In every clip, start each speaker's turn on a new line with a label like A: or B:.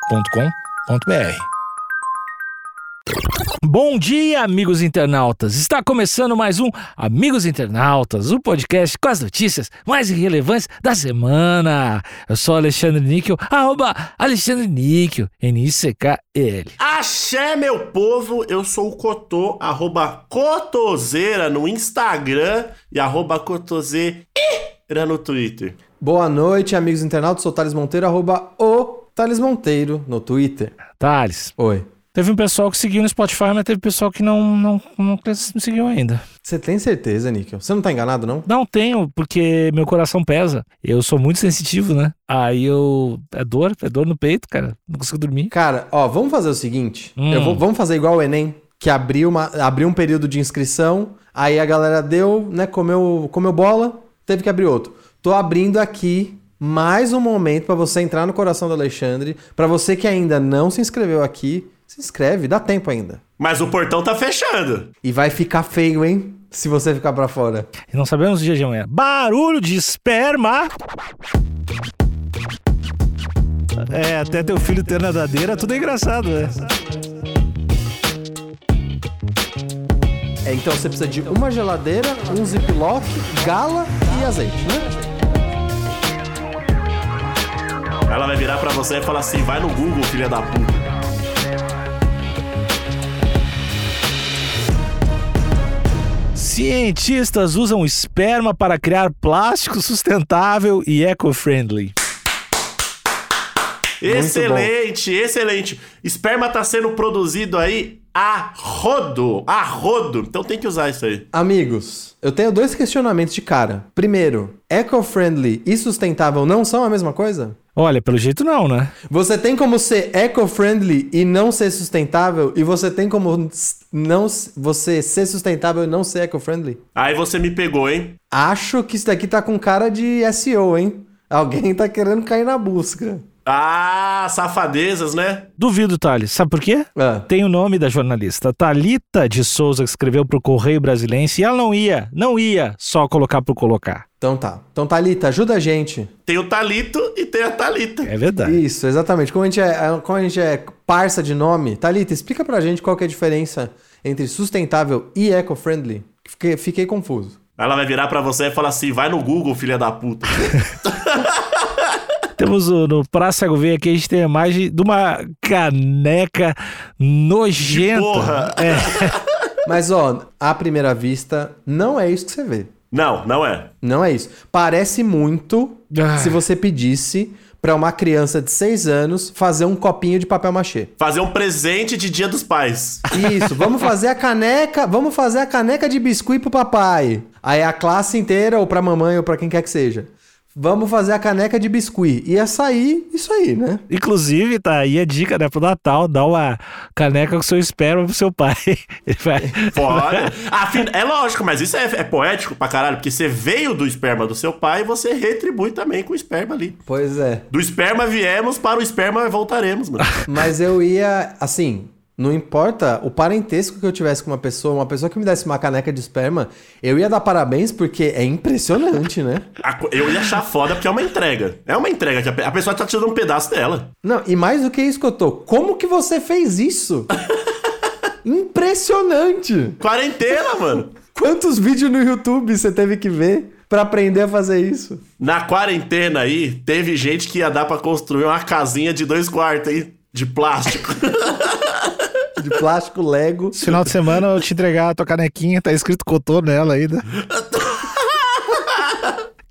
A: agenciadepodcast.com.br.
B: Bom dia, amigos internautas! Está começando mais um Amigos Internautas, o podcast com as notícias mais relevantes da semana. Eu sou Alexandre Níquel, arroba Alexandre Níquel, N-I-C-K-L.
C: Axé, meu povo! Eu sou o Cotô, arroba Cotoseira no Instagram e arroba Cotoseira no Twitter.
D: Boa noite, amigos internautas. Sou Thales Monteiro, arroba o Thales Monteiro no Twitter.
B: Thales,
D: Oi.
B: teve um pessoal que seguiu no Spotify, mas teve pessoal que não, não, não, não seguiu ainda.
D: Você tem certeza, Níquel? Você não tá enganado, não?
B: Não tenho, porque meu coração pesa. Eu sou muito sensitivo, né? Aí eu. É dor, é dor no peito, cara. Não consigo dormir.
D: Cara, ó, vamos fazer o seguinte.
B: Hum.
D: Eu vou- vamos fazer igual o Enem, que abriu, uma, abriu um período de inscrição, aí a galera deu, né, comeu, comeu bola, teve que abrir outro. Tô abrindo aqui mais um momento pra você entrar no coração do Alexandre. Pra você que ainda não se inscreveu aqui, se inscreve, dá tempo ainda.
C: Mas o portão tá fechando.
D: E vai ficar feio, hein? Se você ficar pra fora.
B: E não sabemos o dia de amanhã. Barulho de esperma. É, até teu filho ter nadadeira, tudo é engraçado, né?
D: É, então você precisa de uma geladeira, um ziploc, gala e azeite, né?
C: Ela vai virar pra você e falar assim: vai no Google, filha da puta.
B: Cientistas usam esperma para criar plástico sustentável e eco-friendly.
C: Excelente, excelente. Esperma tá sendo produzido aí a rodo. A rodo. Então tem que usar isso aí.
D: Amigos, eu tenho dois questionamentos de cara. Primeiro, eco-friendly e sustentável não são a mesma coisa?
B: Olha, pelo jeito não, né?
D: Você tem como ser eco-friendly e não ser sustentável? E você tem como s- não s- você ser sustentável e não ser eco-friendly?
C: Aí você me pegou, hein?
D: Acho que isso daqui tá com cara de SEO, hein? Alguém tá querendo cair na busca.
C: Ah, safadezas, né?
B: Duvido, Thales. Sabe por quê?
D: Ah,
B: Tem o nome da jornalista Talita de Souza que escreveu pro Correio Brasilense e ela não ia, não ia só colocar por colocar.
D: então tá. Então, Thalita, ajuda a gente.
C: Tem o Talito e tem a Talita.
B: É verdade.
D: Isso, exatamente. Como a gente é, como a gente é parça de nome, Thalita, explica pra gente qual que é a diferença entre sustentável e eco-friendly. Fiquei, fiquei confuso.
C: Ela vai virar pra você e falar assim: vai no Google, filha da puta.
B: Temos o- no Praça Gouveia aqui, a gente tem a imagem de uma caneca nojenta.
C: De porra.
B: É.
D: Mas, ó, à primeira vista, não é isso que você vê.
C: Não, não é.
D: Não é isso. Parece muito
B: Ah.
D: se você pedisse pra uma criança de 6 anos fazer um copinho de papel machê.
C: Fazer um presente de Dia dos Pais.
D: Isso, vamos fazer a caneca, vamos fazer a caneca de biscuit pro papai. Aí a classe inteira, ou pra mamãe, ou pra quem quer que seja. Vamos fazer a caneca de biscuit. Ia sair isso aí, né?
B: Inclusive, tá aí a dica, né, pro Natal, dá uma caneca com seu esperma pro seu pai. Ele vai...
C: Fora. Afin- É lógico, mas isso é, é poético pra caralho, porque você veio do esperma do seu pai e você retribui também com o esperma ali.
D: Pois é.
C: Do esperma viemos, para o esperma voltaremos, mano.
D: Mas eu ia, assim, não importa o parentesco que eu tivesse com uma pessoa, uma pessoa que me desse uma caneca de esperma, eu ia dar parabéns porque é impressionante, né?
C: A co- Eu ia achar foda porque é uma entrega. É uma entrega, que a pe- a pessoa tá tirando um pedaço dela.
D: Não, e mais do que isso que eu tô, como que você fez isso? Impressionante!
C: Quarentena, mano.
D: Quantos vídeos no YouTube você teve que ver pra aprender a fazer isso?
C: Na quarentena aí, teve gente que ia dar pra construir uma casinha de dois quartos aí, de plástico.
D: De plástico Lego.
B: Esse final de semana eu te entregar a tua canequinha, tá escrito cotô nela ainda.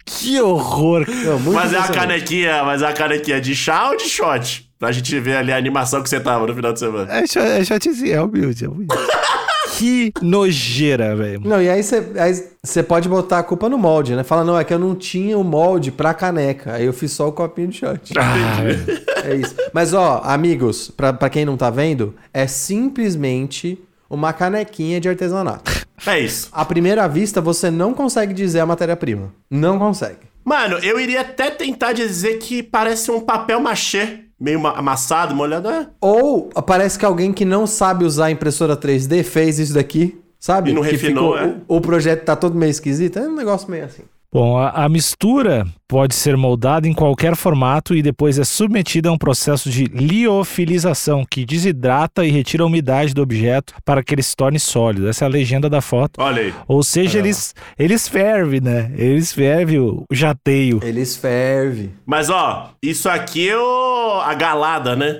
B: que horror.
D: Não, muito
C: mas é a
D: impressionante.
C: canequinha, mas é a canequinha de chá ou de shot? Pra gente ver ali a animação que você tava no final de semana.
B: É, cho- é chatezinho, é humilde, é humilde. que nojeira, velho.
D: Não, e aí você aí você pode botar a culpa no molde, né? Fala, não, é que eu não tinha o molde pra caneca. Aí eu fiz só o copinho de shot.
B: Ah, velho.
D: É isso. Mas, ó, amigos, pra, pra quem não tá vendo, é simplesmente uma canequinha de artesanato.
C: É isso.
D: À primeira vista, você não consegue dizer a matéria-prima. Não consegue.
C: Mano, eu iria até tentar dizer que parece um papel machê, meio ma- amassado, molhado, é?
D: Ou parece que alguém que não sabe usar a impressora 3D fez isso daqui, sabe?
C: E não
D: Que
C: refinou,
D: ficou-
C: é.
D: o, o projeto tá todo meio esquisito. É um negócio meio assim.
B: Bom, a, a mistura pode ser moldada em qualquer formato e depois é submetida a um processo de liofilização, que desidrata e retira a umidade do objeto para que ele se torne sólido. Essa é a legenda da foto.
C: Olha aí.
B: Ou seja,
D: Olha lá.
B: eles, eles fervem, né? Eles fervem o o jateio.
D: Eles ferve.
C: Mas ó, isso aqui é o... a galada, né?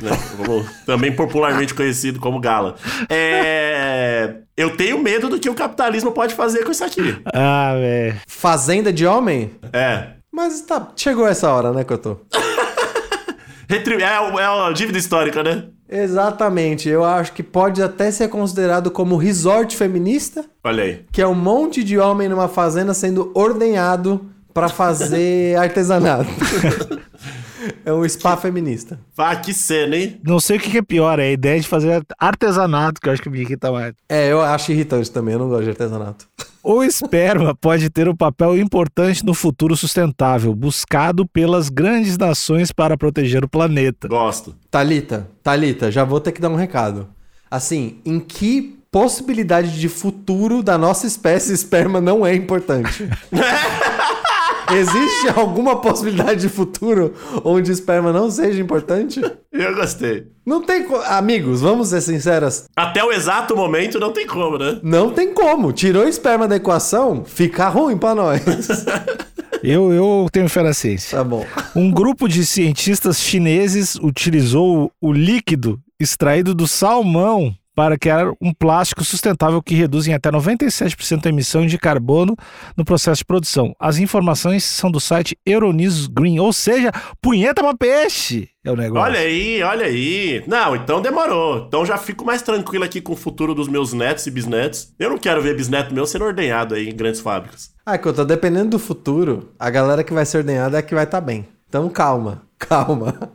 C: Né? Como- Também popularmente conhecido como gala. É... Eu tenho medo do que o capitalismo pode fazer com isso aqui.
B: Ah, velho.
D: Fazenda de homem?
C: É.
D: Mas tá, chegou essa hora, né, Cotô?
C: Retri... É, o- é a dívida histórica, né?
D: Exatamente. Eu acho que pode até ser considerado como resort feminista,
C: Olha aí.
D: que é um monte de homem numa fazenda sendo ordenhado pra fazer artesanato. é um spa feminista.
C: Vá, que cena, hein?
B: Não sei o que que é pior, é a ideia de fazer artesanato, que eu acho que me irrita mais.
D: É, eu acho irritante também, eu não gosto de artesanato.
B: O esperma pode ter um papel importante no futuro sustentável, buscado pelas grandes nações para proteger o planeta.
C: Gosto.
D: Talita, Talita, já vou ter que dar um recado. Assim, em que possibilidade de futuro da nossa espécie esperma não é importante? Existe alguma possibilidade de futuro onde esperma não seja importante?
C: Eu gostei.
D: Não tem co... amigos, vamos ser sinceros,
C: Até o exato momento não tem como, né?
D: não tem como. Tirou esperma da equação, fica ruim pra nós.
B: Eu, eu tenho fé na ciência.
D: tá bom.
B: Um grupo de cientistas chineses utilizou o líquido extraído do salmão para criar um plástico sustentável que reduz em até 97% a emissão de carbono no processo de produção. As informações são do site Euronews Green, ou seja, punheta pra peixe é o negócio.
C: Olha aí, olha aí. Não, então demorou. Então já fico mais tranquilo aqui com o futuro dos meus netos e bisnetos. Eu não quero ver bisneto meu sendo ordenhado aí em grandes fábricas.
D: Ah, que eu tô dependendo do futuro, a galera que vai ser ordenhada é a que vai estar bem. Então calma, calma.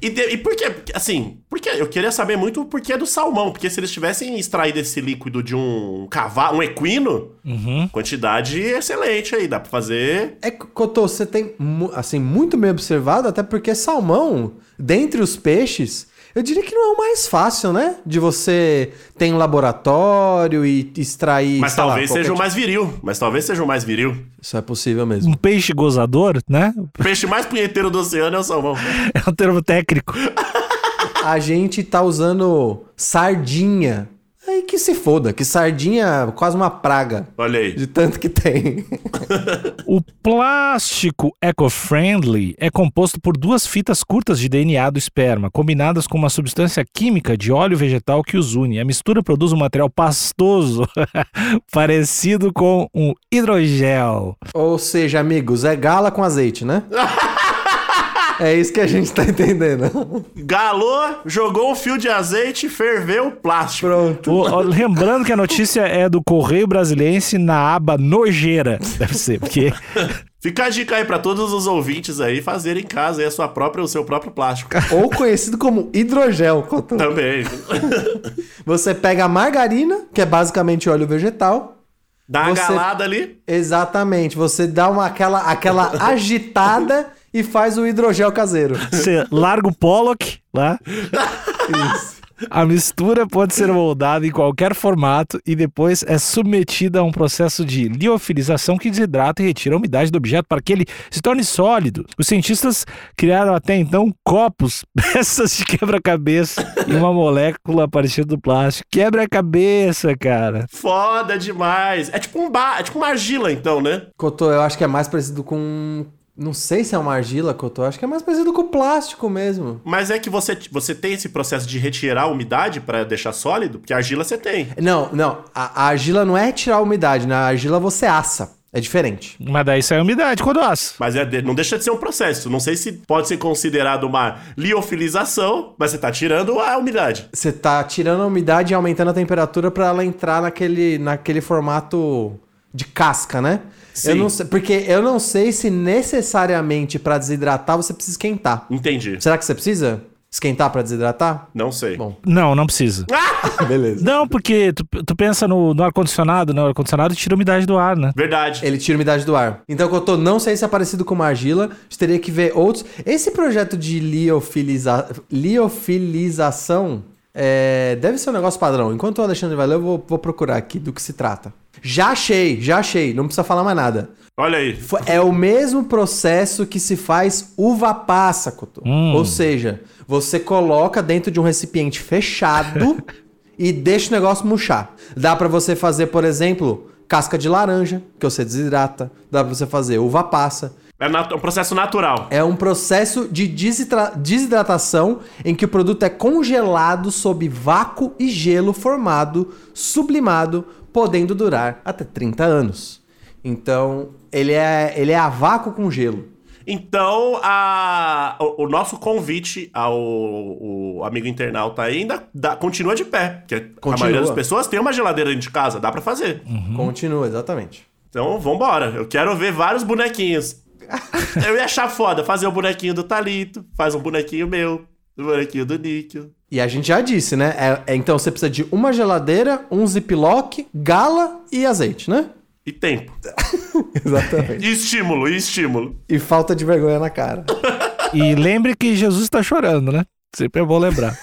C: E, de- e por que, assim, porque eu queria saber muito o porquê do salmão. Porque se eles tivessem extraído esse líquido de um cavalo, um equino,
B: Uhum.
C: quantidade excelente aí, dá pra fazer.
D: É, Cotô, você tem mu- assim, muito bem observado, até porque salmão, dentre os peixes, eu diria que não é o mais fácil, né? De você ter um laboratório e extrair.
C: Mas
D: sei lá,
C: talvez
D: qualquer
C: seja o
D: tipo-
C: mais viril. Mas talvez seja o mais viril.
D: Isso é possível mesmo.
B: Um peixe gozador, né?
C: O peixe mais punheteiro do oceano é o salmão.
B: É um termo técnico.
D: A gente tá usando sardinha. Aí que se foda, que sardinha é quase uma praga.
C: Olha aí.
D: De tanto que tem.
B: O plástico eco-friendly é composto por duas fitas curtas de DNA do esperma, combinadas com uma substância química de óleo vegetal que os une. A mistura produz um material pastoso, parecido com um hidrogel.
D: Ou seja, amigos, é gala com azeite, né? É isso que a gente tá entendendo.
C: Galou, jogou um fio de azeite, ferveu o plástico.
D: Pronto.
B: O- ó, lembrando que a notícia é do Correio Brasiliense na aba Nojeira. Deve ser, porque
C: Fica a dica aí pra todos os ouvintes aí fazerem em casa aí a sua própria, o seu próprio plástico.
D: Ou conhecido como hidrogel, Cotô.
C: Também.
D: Você pega a margarina, que é basicamente óleo vegetal.
C: Dá uma
D: Você-
C: galada ali.
D: Exatamente. Você dá uma, aquela, aquela agitada e faz o hidrogel caseiro.
B: você larga o Pollock né? lá.
D: Isso.
B: A mistura pode ser moldada em qualquer formato e depois é submetida a um processo de liofilização que desidrata e retira a umidade do objeto para que ele se torne sólido. Os cientistas criaram até então copos, peças de quebra-cabeça e uma molécula a partir do plástico. Quebra-cabeça, cara.
C: Foda demais. É tipo um bar, é tipo uma argila então, né?
D: Cotô, eu acho que é mais parecido com. Não sei se é uma argila, Cotô. Acho que é mais parecido com plástico mesmo.
C: Mas é que você, você tem esse processo de retirar a umidade pra deixar sólido, porque argila você tem.
D: Não, não. A, a argila não é tirar a umidade. Na argila você assa. É diferente.
B: Mas daí sai a umidade, quando assa.
C: Mas é de- não deixa de ser um processo. Não sei se pode ser considerado uma liofilização, mas você tá tirando a umidade.
D: Você tá tirando a umidade e aumentando a temperatura pra ela entrar naquele, naquele formato de casca, né?
C: Sim.
D: Eu não sei, porque eu não sei se necessariamente pra desidratar você precisa esquentar.
C: Entendi.
D: Será que você precisa esquentar pra desidratar?
C: Não sei.
D: Bom.
B: Não, não precisa.
D: Beleza.
B: Não, porque tu, tu pensa no, no ar-condicionado, né? O ar-condicionado tira a umidade do ar, né?
C: Verdade.
D: Ele tira a umidade do ar. Então, Cotô, não sei se é parecido com uma argila. A gente teria que ver outros. Esse projeto de liofiliza... liofilização é, deve ser um negócio padrão. Enquanto o Alexandre vai ler, eu vou, vou procurar aqui do que se trata. Já achei, já achei, não precisa falar mais nada.
C: Olha aí.
D: Fo- É o mesmo processo que se faz uva passa, Couto.
B: Hum.
D: Ou seja, você coloca dentro de um recipiente fechado e deixa o negócio murchar. Dá pra você fazer, por exemplo, casca de laranja, que você desidrata. Dá pra você fazer uva passa.
C: É nat- um processo natural.
D: É um processo de desidra- desidratação em que o produto é congelado sob vácuo e gelo formado, sublimado, podendo durar até 30 anos. Então, ele é, ele é a vácuo com gelo.
C: Então, a- o, o nosso convite ao o amigo internauta aí ainda dá- continua de pé. Porque a
D: Continua. Hum.
C: maioria das pessoas tem uma geladeira dentro de casa, dá pra fazer.
D: Continua, exatamente.
C: Então, vambora. Eu quero ver vários bonequinhos. Eu ia achar foda fazer o bonequinho do Talito, faz um bonequinho meu, o bonequinho do Níquel.
D: E a gente já disse, né? É- é- então, você precisa de uma geladeira, um ziplock, gala e azeite, né?
C: E tempo.
D: Exatamente.
C: E estímulo, e estímulo.
D: e falta de vergonha na cara.
B: E lembre que Jesus está chorando, né? Sempre é bom lembrar.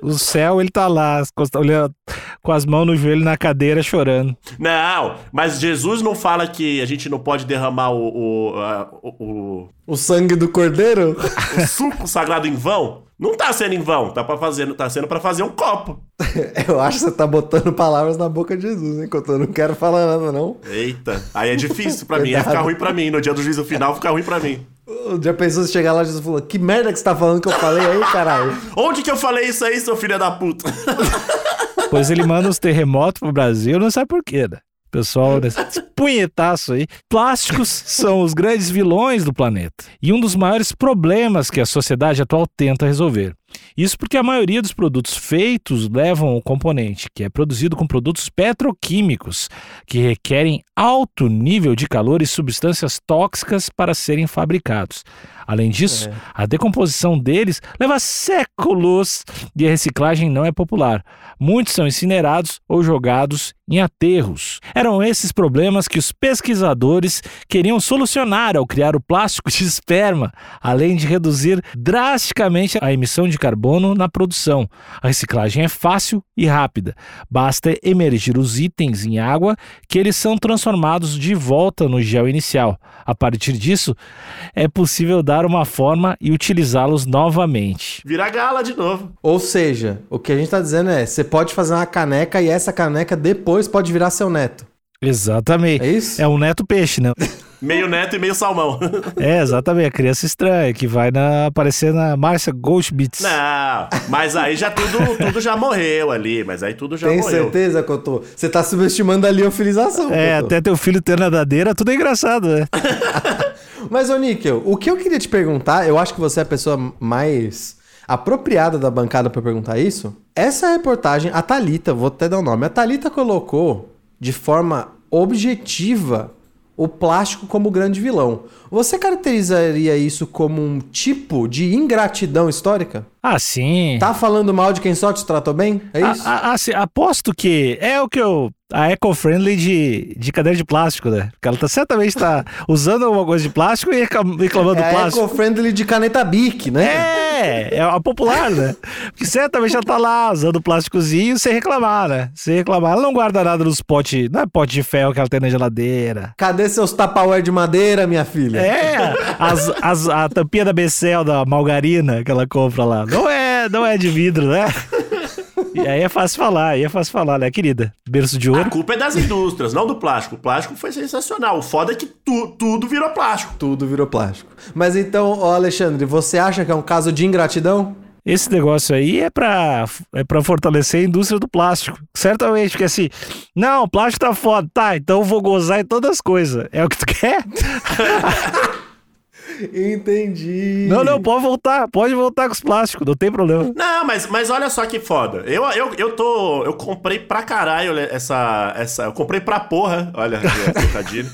B: O céu, ele tá lá, as costas- olhando, com as mãos no joelho na cadeira, chorando.
C: Não, mas Jesus não fala que a gente não pode derramar o- o- a- o- o
D: O sangue do cordeiro?
C: o suco sagrado em vão, não tá sendo em vão, tá, pra fazer, tá sendo pra fazer um copo.
D: Eu acho que você tá botando palavras na boca de Jesus, hein? Couto? Eu não quero falar nada, não.
C: Eita, aí é difícil pra mim, ia
D: Cuidado.
C: ficar ruim pra mim, no dia do juízo final fica ruim pra mim.
D: Já pensou se chegar lá e Jesus falou, que merda que você tá falando que eu falei aí, caralho?
C: Onde que eu falei isso aí, seu filho da puta?
B: Pois ele manda uns terremotos pro Brasil, não sabe por quê, né? Pessoal, né? esse punhetaço aí. Plásticos são os grandes vilões do planeta e um dos maiores problemas que a sociedade atual tenta resolver. Isso porque a maioria dos produtos feitos levam o componente que é produzido com produtos petroquímicos, que requerem alto nível de calor e substâncias tóxicas para serem fabricados. Além disso, a decomposição deles leva séculos e a reciclagem não é popular. Muitos são incinerados ou jogados em aterros. Eram esses problemas que os pesquisadores queriam solucionar ao criar o plástico de esperma, além de reduzir drasticamente a emissão de carbono na produção. A reciclagem é fácil e rápida. Basta emergir os itens em água que eles são transformados de volta no gel inicial. A partir disso, é possível dar uma forma e utilizá-los novamente.
C: Vira gala de novo.
D: Ou seja, o que a gente tá dizendo é, você pode fazer uma caneca e essa caneca depois pode virar seu neto.
B: Exatamente.
D: É isso?
B: É um neto peixe, né?
C: Meio neto e meio salmão.
B: É, exatamente. A criança estranha que vai na- aparecer na Márcia Goldschmidt.
C: Não, mas aí já tudo, tudo já morreu ali, mas aí tudo já
D: Tem
C: morreu.
D: certeza, Cotô? Você tá subestimando a liofilização,
B: É,
D: Cotô.
B: até teu filho ter nadadeira, tudo é engraçado, né?
D: Mas, ô Níquel, o que eu queria te perguntar, eu acho que você é a pessoa mais apropriada da bancada pra perguntar isso. Essa reportagem, a Thalita, vou até dar o nome, a Thalita colocou de forma objetiva o plástico como grande vilão. Você caracterizaria isso como um tipo de ingratidão histórica?
B: Ah, sim.
D: Tá falando mal de quem só te tratou bem? É
B: A-
D: isso?
B: a- assim, aposto que é o que eu. A eco-friendly de, de cadeira de plástico, né? Porque ela tá, certamente tá usando alguma coisa de plástico e reclam- reclamando
D: é
B: do
D: a
B: plástico.
D: eco-friendly de caneta Bic, né?
B: É, é a popular, né? Porque certamente ela tá lá usando o plásticozinho sem reclamar, né? Sem reclamar. Ela não guarda nada nos potes. Não é pote de ferro que ela tem na geladeira.
D: Cadê seus tapaware de madeira, minha filha?
B: É, as, as- a tampinha da Becel, da margarina que ela compra lá. Não é, não é de vidro, né? E aí é fácil falar, aí é fácil falar, né, querida? Berço de
C: A
B: ouro.
C: culpa é das indústrias, não do plástico. O plástico foi sensacional. O foda é que tu- tudo virou plástico.
D: Tudo virou plástico. Mas então, ó, Alexandre, você acha que é um caso de ingratidão?
B: Esse negócio aí é pra, é pra fortalecer a indústria do plástico. Certamente, porque assim, não, o plástico tá foda. Tá, então eu vou gozar em todas as coisas. É o que tu quer?
D: Entendi.
B: Não, não, pode voltar. Pode voltar com os plásticos, não tem problema.
C: Não, mas, mas olha só que foda. Eu, eu, eu tô. Eu comprei pra caralho essa. essa eu comprei pra porra. Olha, trocadilho.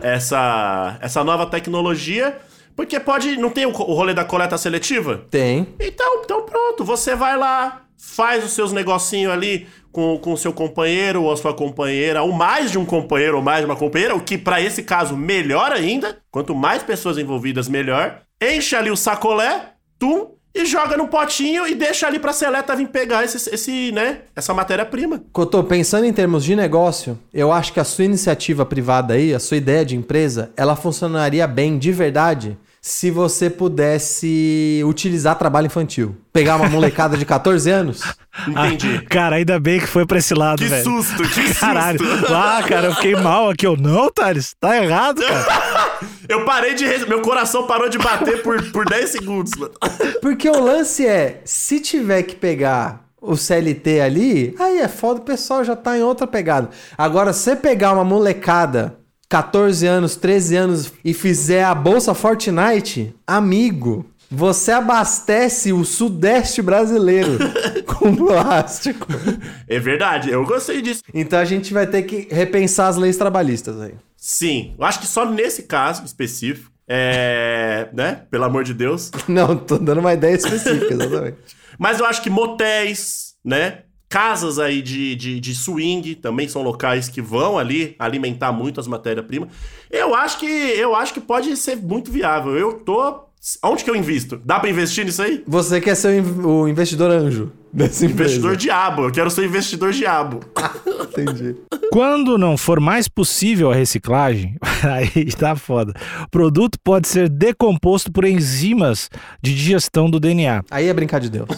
C: essa, essa nova tecnologia. Porque pode. Não tem o, co- o rolê da coleta seletiva?
D: Tem.
C: Então, então pronto, você vai lá, faz os seus negocinhos ali com com o seu companheiro ou a sua companheira, ou mais de um companheiro ou mais de uma companheira, o que pra esse caso melhor ainda, quanto mais pessoas envolvidas melhor. Enche ali o sacolé, tum, e joga num potinho e deixa ali pra seleta vir pegar esse, esse né, essa matéria-prima.
D: Cotô, pensando em termos de negócio, eu acho que a sua iniciativa privada aí, a sua ideia de empresa, ela funcionaria bem de verdade se você pudesse utilizar trabalho infantil. Pegar uma molecada de 14 anos.
C: Entendi.
B: Ah, Cara, ainda bem que foi pra esse lado,
C: que
B: velho.
C: susto, que susto.
B: Caralho. Ah, cara, eu fiquei mal aqui. Eu, não, Thales, tá errado, cara.
C: Eu parei de. res- Meu coração parou de bater por, por 10 segundos, mano.
D: Porque o lance é, se tiver que pegar o CLT ali, aí é foda, o pessoal já tá em outra pegada. Agora, se você pegar uma molecada, 14 anos, 13 anos, e fizer a Bolsa Fortnite, amigo, você abastece o Sudeste brasileiro com plástico.
C: É verdade, eu gostei disso.
D: Então a gente vai ter que repensar as leis trabalhistas aí.
C: Sim, eu acho que só nesse caso específico. É. né? Pelo amor de Deus.
D: Não, tô dando uma ideia específica, exatamente.
C: Mas eu acho que motéis, né? Casas aí de, de, de swing também são locais que vão ali alimentar muito as matérias-primas. Eu acho que eu acho que pode ser muito viável. Eu tô. Onde que eu invisto? Dá pra investir nisso aí?
D: Você quer ser o in- o investidor anjo dessa empresa?
C: Investidor diabo, eu quero ser investidor diabo.
D: Entendi.
B: Quando não for mais possível a reciclagem, aí tá foda. O produto pode ser decomposto por enzimas de digestão do DNA.
D: Aí é brincar de Deus.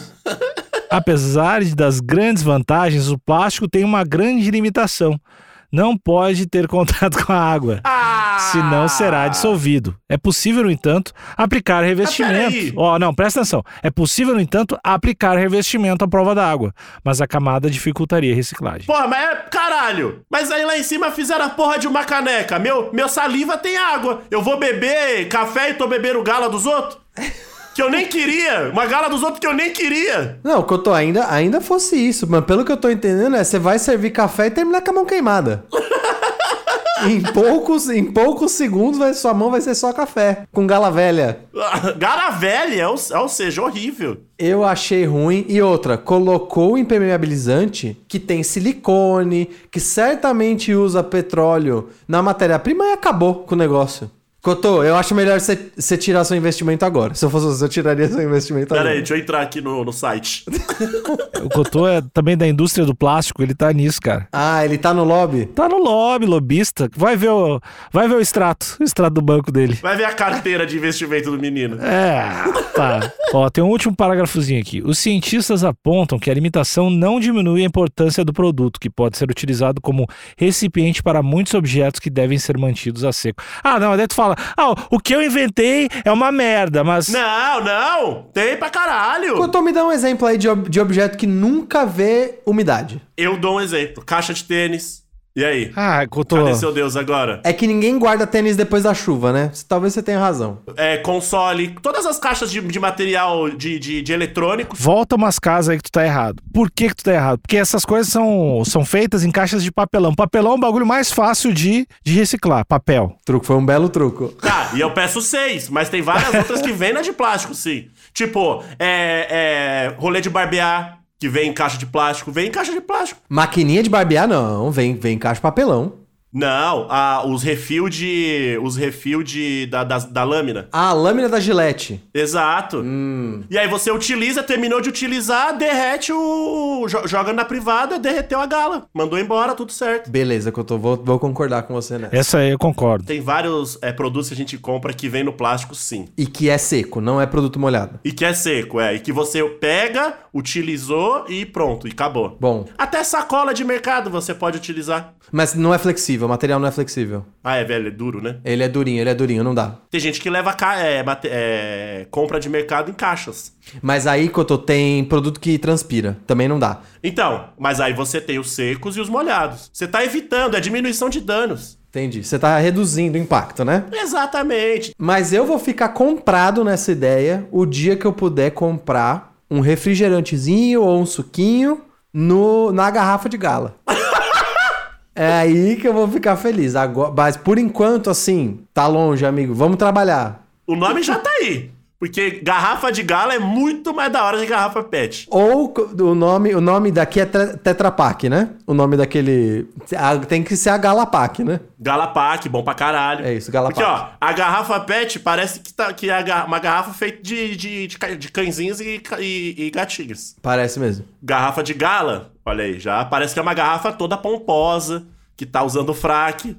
B: Apesar de- das grandes vantagens, o plástico tem uma grande limitação. Não pode ter contato com a água,
C: Ah!
B: senão será dissolvido. É possível, no entanto, aplicar
C: Ah, peraí.
B: revestimento. Ó, não, presta atenção. É possível, no entanto, aplicar revestimento à prova d'água, mas a camada dificultaria a reciclagem.
C: Porra, mas é caralho. Mas aí lá em cima fizeram a porra de uma caneca. Meu, meu saliva tem água. Eu vou beber café e tô bebendo gala dos outros? Que eu nem queria. Uma gala dos outros que eu nem queria.
D: Não, que eu tô ainda, ainda fosse isso, mas pelo que eu tô entendendo é você vai servir café e terminar com a mão queimada. em poucos, em poucos segundos vai, sua mão vai ser só café com gala velha.
C: Gala velha, é ou, ou seja, horrível.
D: Eu achei ruim. E outra, colocou o impermeabilizante que tem silicone, que certamente usa petróleo na matéria-prima e acabou com o negócio. Cotô, eu acho melhor você você tirar seu investimento agora. Se eu fosse você, eu tiraria seu investimento
C: Pera
D: agora.
C: aí, deixa eu entrar aqui no, no site.
B: O Cotô é também da indústria do plástico, ele tá nisso, cara.
D: Ah, ele tá no lobby?
B: Tá no lobby, lobista. Vai ver o, vai ver o extrato, o extrato do banco dele.
C: Vai ver a carteira de investimento do menino.
B: É, tá. Ó, tem um último parágrafozinho aqui. Os cientistas apontam que a limitação não diminui a importância do produto, que pode ser utilizado como recipiente para muitos objetos que devem ser mantidos a seco. Ah, não, daí tu fala, ah, o que eu inventei é uma merda, mas...
C: Não, não. Tem pra caralho.
D: Cotô, me dá um exemplo aí de, ob- de objeto que nunca vê umidade.
C: Eu dou um exemplo. Caixa de tênis. E aí?
B: Ah, Cotô,
C: Cadê seu Deus agora?
D: É que ninguém guarda tênis depois da chuva, né? Talvez você tenha razão.
C: É, console. Todas as caixas de, de material de, de, de eletrônico
B: volta umas casas aí que tu tá errado. Por que que tu tá errado? Porque essas coisas são, são feitas em caixas de papelão. Papelão é um bagulho mais fácil de, de reciclar, papel.
D: Truco, foi um belo truco.
C: Tá, e eu peço seis, mas tem várias outras que vêm na de plástico, sim. Tipo, é, é, rolê de barbear, que vem em caixa de plástico, vem em caixa de plástico.
D: Maquininha de barbear, não. Vem, vem em caixa de papelão.
C: Não, a, os refil de. Os refil de, da, das- da, lâmina.
D: Ah, lâmina da gilete.
C: Exato. E aí você utiliza, terminou de utilizar, derrete o. jo- Joga na privada, derreteu a gala. Mandou embora, tudo certo.
D: Beleza, que eu tô, vou, vou concordar com você nessa.
B: Essa aí eu concordo.
C: Tem vários é, produtos que a gente compra que vem no plástico, sim.
D: E que é seco, não é produto molhado.
C: E que é seco, é. E que você pega, utilizou e pronto, e acabou.
D: Bom,
C: Até sacola de mercado você pode utilizar.
D: mas não é flexível, o material não é flexível.
C: Ah, é velho, é duro, né?
D: Ele é durinho, ele é durinho, não dá.
C: Tem gente que leva ca- é, mate- é, compra de mercado em caixas.
D: Mas aí, Cotô, tem produto que transpira. Também não dá.
C: Então, mas aí você tem os secos e os molhados. Você tá evitando, é diminuição de danos.
D: Entendi. Você tá reduzindo o impacto, né?
C: Exatamente.
D: Mas eu vou ficar comprado nessa ideia o dia que eu puder comprar um refrigerantezinho ou um suquinho no, na garrafa de gala. é aí que eu vou ficar feliz. Agora, mas por enquanto, assim, tá longe, amigo. Vamos trabalhar.
C: O nome já tá aí. Porque garrafa de gala é muito mais da hora de garrafa pet.
D: Ou co- o nome, o nome daqui é tre- Tetra Pak, né? O nome daquele. a- Tem que ser a Galapac, né?
C: Galapac, bom pra caralho.
D: É isso, Galapac.
C: Porque, ó, a garrafa pet parece que, tá, que é a ga- uma garrafa feita de, de, de, ca- de cãezinhos e, ca- e, e gatinhos.
D: Parece mesmo.
C: Garrafa de gala, olha aí, já parece que é uma garrafa toda pomposa, que tá usando fraque.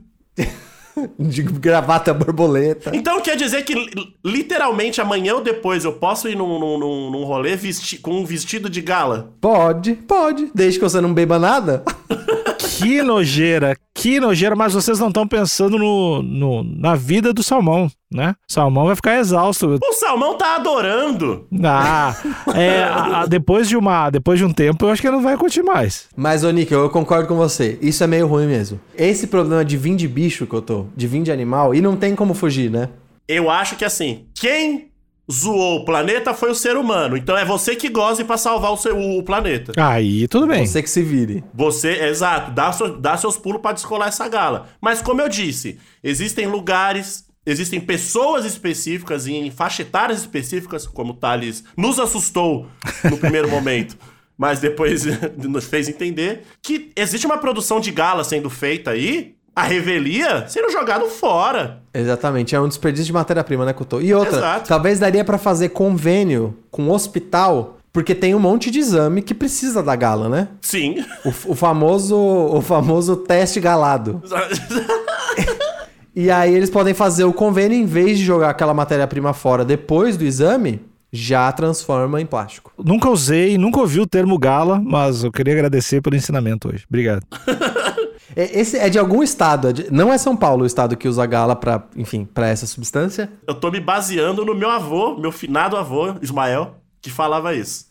D: De gravata borboleta.
C: Então quer dizer que li- literalmente amanhã ou depois eu posso ir num, num, num, num rolê vesti- com um vestido de gala?
D: Pode, pode. Desde que você não beba nada.
B: Que nojeira, que nojeira, mas vocês não estão pensando no, no- na vida do salmão, né? Salmão vai ficar exausto.
C: O Salmão tá adorando!
B: Ah, é, a- a- depois de uma, depois de um tempo, eu acho que ele não vai curtir mais.
D: Mas, ô Níquel, eu concordo com você. Isso é meio ruim mesmo. Esse problema de vim de bicho que eu tô, de vim de animal, e não tem como fugir, né?
C: Eu acho que assim, quem zoou o planeta foi o ser humano. Então é você que goze pra salvar o, seu, o planeta.
B: Aí, tudo bem.
D: Você que se vire.
C: Você, exato, dá, seu- dá seus pulos pra descolar essa gala. Mas como eu disse, existem lugares, existem pessoas específicas e em faixa etárias específicas, como o Thales nos assustou no primeiro momento, mas depois nos fez entender, que existe uma produção de gala sendo feita aí, a revelia sendo jogado fora.
D: Exatamente, é um desperdício de matéria-prima, né, Couto? E outra,
C: Exato.
D: talvez daria pra fazer convênio com o hospital, porque tem um monte de exame que precisa da gala, né?
C: Sim.
D: O, f- o famoso o famoso teste galado. E aí eles podem fazer o convênio em vez de jogar aquela matéria-prima fora depois do exame, já transforma em plástico.
B: Nunca usei, nunca ouvi o termo gala, mas eu queria agradecer pelo ensinamento hoje. Obrigado.
D: É, esse é de algum estado, é de- não é São Paulo o estado que usa gala pra, enfim, para essa substância?
C: Eu tô me baseando no meu avô, meu finado avô, Ismael, que falava isso.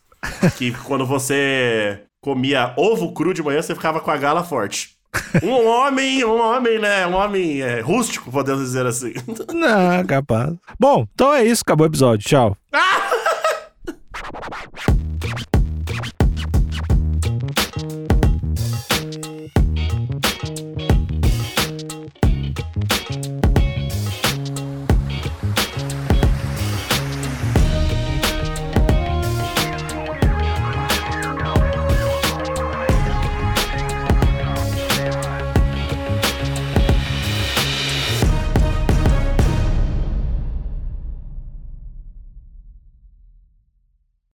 C: Que quando você comia ovo cru de manhã, você ficava com a gala forte. Um homem, um homem, né? Um homem é, rústico, podemos dizer assim.
B: Não, capaz. Bom, então é isso, acabou o episódio. Tchau.
C: Ah!